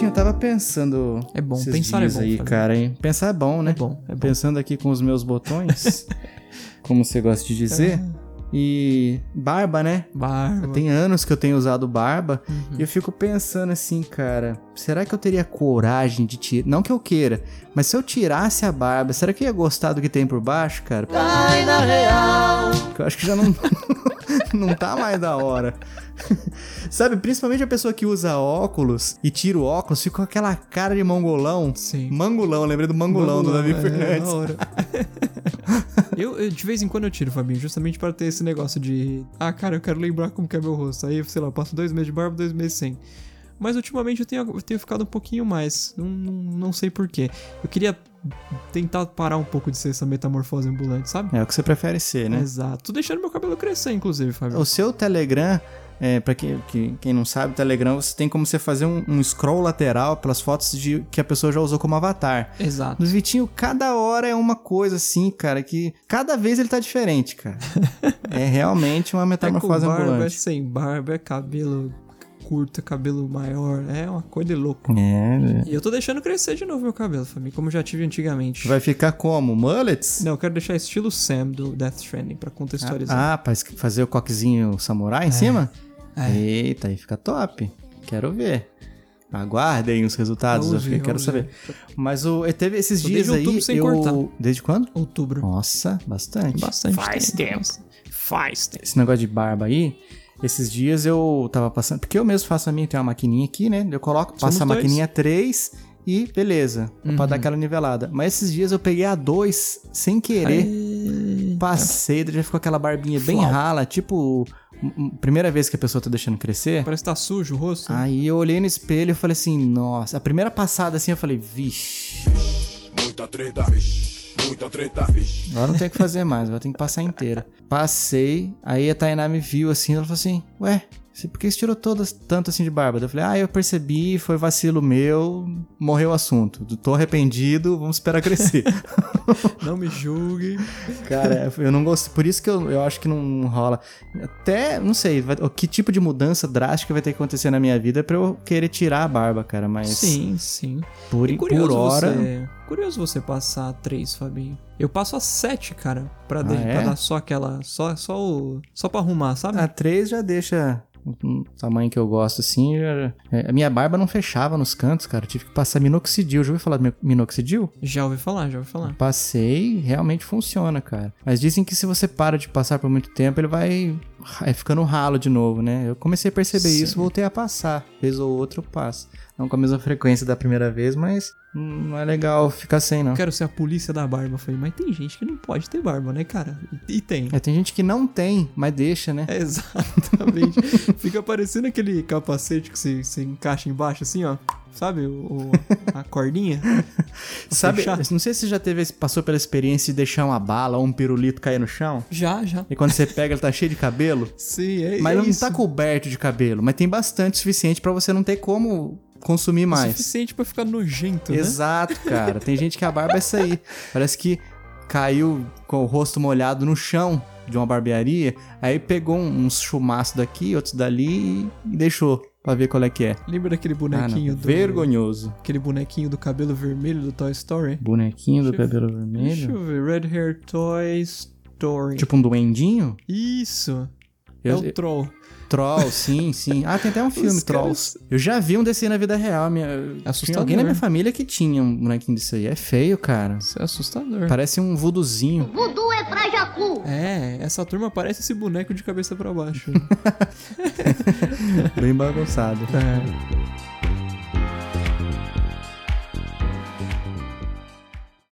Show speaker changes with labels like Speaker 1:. Speaker 1: Eu tava pensando.
Speaker 2: É bom,
Speaker 1: esses
Speaker 2: pensar é
Speaker 1: dias
Speaker 2: bom,
Speaker 1: Aí,
Speaker 2: Fábio.
Speaker 1: cara, hein? Pensar é bom, né?
Speaker 2: É bom, é bom.
Speaker 1: Pensando aqui com os meus botões, como você gosta de dizer. E barba, né?
Speaker 2: Barba.
Speaker 1: Tem anos que eu tenho usado barba
Speaker 2: Uhum.
Speaker 1: e eu fico pensando assim, cara, será que eu teria coragem de tirar? Não que eu queira, mas se eu tirasse a barba, será que eu ia gostar do que tem por baixo, cara? Porque eu acho que já não não tá mais da hora. Sabe, principalmente a pessoa que usa óculos e tira o óculos, fica com aquela cara de mongolão.
Speaker 2: Sim.
Speaker 1: Mangolão, lembrei do mangolão, um do Davi
Speaker 2: é,
Speaker 1: Fernandes.
Speaker 2: na hora. eu, eu, de vez em quando eu tiro, Fabinho, justamente para ter esse negócio de. Ah, cara, eu quero lembrar como que é meu rosto. Aí, sei lá, eu passo dois meses de barba, dois meses sem. Mas ultimamente eu tenho, eu tenho ficado um pouquinho mais. Não, não, não sei porquê. Eu queria tentar parar um pouco de ser essa metamorfose ambulante, sabe?
Speaker 1: É o que você prefere ser, né?
Speaker 2: Exato. Tô deixando meu cabelo crescer, inclusive, Fabinho.
Speaker 1: O seu Telegram, é, para quem, que- quem não sabe, o Telegram você tem como você fazer um, um scroll lateral pelas fotos de que a pessoa já usou como avatar.
Speaker 2: Exato.
Speaker 1: No Vitinho, cada hora é uma coisa assim, cara, que cada vez ele tá diferente, cara. é realmente uma
Speaker 2: É com
Speaker 1: metamorfose
Speaker 2: barba, é
Speaker 1: Tá ambulante.
Speaker 2: sem barba, é cabelo curto, é cabelo maior. É uma coisa de louco.
Speaker 1: É,
Speaker 2: E eu tô deixando crescer de novo meu cabelo, família, como já tive antigamente.
Speaker 1: vai ficar como? Mullets?
Speaker 2: Não, eu quero deixar estilo Sam do Death Stranding pra contextualizar.
Speaker 1: Ah, pra esque- fazer o coquezinho samurai
Speaker 2: É,
Speaker 1: em cima? Eita, aí fica top. Quero ver. Aguardem os resultados,
Speaker 2: Vamos
Speaker 1: eu
Speaker 2: ver,
Speaker 1: ah, quero
Speaker 2: vamos
Speaker 1: saber. Mas o, eu teve esses
Speaker 2: Tô
Speaker 1: dias
Speaker 2: desde
Speaker 1: aí.
Speaker 2: outubro sem
Speaker 1: eu...
Speaker 2: cortar.
Speaker 1: Desde quando?
Speaker 2: Outubro.
Speaker 1: Nossa, bastante.
Speaker 2: Bastante
Speaker 1: Faz tempo.
Speaker 2: Faz tempo.
Speaker 1: Esse negócio de barba aí. Esses dias eu tava passando. Porque eu mesmo faço a minha, tem uma maquininha aqui, né? Eu coloco, passo a
Speaker 2: dois.
Speaker 1: maquininha 3 e beleza. Pra
Speaker 2: Uhum.
Speaker 1: dar aquela nivelada. Mas esses dias eu peguei a 2 sem querer.
Speaker 2: Aí...
Speaker 1: Passei, já ficou aquela barbinha bem
Speaker 2: Flau.
Speaker 1: rala, tipo, m- m- primeira vez que a pessoa tá deixando crescer.
Speaker 2: Parece que tá sujo o rosto. né?
Speaker 1: Aí eu olhei no espelho e falei assim, nossa. A primeira passada assim eu falei, vixe,
Speaker 3: Muita treta, vixe. Muita treta, vixe.
Speaker 1: agora não tem o que fazer mais, agora tem que passar inteira. Passei, aí a Tainá me viu assim, ela falou assim, ué, você- por que você tirou todas tanto assim de barba? Eu falei, ah, eu percebi, foi vacilo meu, morreu o assunto. Tô arrependido, vamos esperar crescer.
Speaker 2: Não me julgue.
Speaker 1: Cara, eu não gosto. Por isso que eu, eu acho que não rola. Até, não sei, vai- o que tipo de mudança drástica vai ter que acontecer na minha vida pra eu querer tirar a barba, cara. Mas
Speaker 2: Sim, sim.
Speaker 1: por,
Speaker 2: E
Speaker 1: por hora.
Speaker 2: É Você... Curioso você passar a 3, Fabinho. Eu passo a 7, cara. Pra,
Speaker 1: Ah,
Speaker 2: de- pra
Speaker 1: é? Ah.
Speaker 2: dar só aquela. Só, só o. Só pra arrumar, sabe?
Speaker 1: A 3 já deixa o tamanho que eu gosto, assim. já- é, a minha barba não fechava nos cantos, cara. Eu tive que passar minoxidil. Já ouviu falar de mi- minoxidil?
Speaker 2: Já ouvi falar, já ouvi falar.
Speaker 1: Passei, realmente funciona, cara. Mas dizem que se você para de passar por muito tempo, ele vai é, ficando ralo de novo, né? Eu comecei a perceber
Speaker 2: Sim.
Speaker 1: isso, voltei a passar. Vez ou outra eu passo. Não com a mesma frequência da primeira vez, mas hum, não é legal ficar sem, não.
Speaker 2: Eu quero ser a polícia da barba. Eu Falei, mas tem gente que não pode ter barba, né, cara? E tem.
Speaker 1: É, tem gente que não tem, mas deixa, né?
Speaker 2: É, Exatamente. Fica parecendo aquele capacete que você, você encaixa embaixo, assim, ó. Sabe? O, o- a cordinha. Pra
Speaker 1: Sabe,
Speaker 2: fechar.
Speaker 1: não sei se você já teve, esse- passou pela experiência de deixar uma bala ou um pirulito cair no chão.
Speaker 2: Já, já.
Speaker 1: E quando você pega, ele tá cheio de cabelo.
Speaker 2: Sim, é,
Speaker 1: Mas
Speaker 2: é
Speaker 1: não
Speaker 2: isso.
Speaker 1: tá coberto de cabelo, mas tem bastante suficiente pra você não ter como consumir
Speaker 2: o
Speaker 1: mais.
Speaker 2: suficiente pra ficar nojento, né?
Speaker 1: Exato, cara. Tem gente que a barba é essa aí. Parece que caiu com o rosto molhado no chão de uma barbearia, aí pegou um- uns chumaços daqui, outros dali e- e deixou pra ver qual é que é.
Speaker 2: Lembra daquele
Speaker 1: Ah,
Speaker 2: bonequinho
Speaker 1: não.
Speaker 2: do...
Speaker 1: Vergonhoso.
Speaker 2: Aquele bonequinho do cabelo vermelho do Toy Story?
Speaker 1: Bonequinho do
Speaker 2: Deixa eu-
Speaker 1: cabelo
Speaker 2: Deixa
Speaker 1: vermelho.
Speaker 2: eu ver. Red Hair Toy Story.
Speaker 1: Tipo um duendinho?
Speaker 2: Isso. é
Speaker 1: Eu,
Speaker 2: o Troll. é
Speaker 1: troll, sim, sim. Ah, tem até um filme,
Speaker 2: Os
Speaker 1: Trolls. Eu já vi um desse aí na vida real. Minha... Tinha
Speaker 2: Assustador. né?
Speaker 1: alguém na minha família que tinha um bonequinho desse aí. É feio, cara.
Speaker 2: Isso é assustador.
Speaker 1: Parece um vuduzinho.
Speaker 4: Vudu é pra Jacu.
Speaker 2: É, essa turma parece esse boneco de cabeça pra baixo.
Speaker 1: Bem bagunçado.
Speaker 2: é.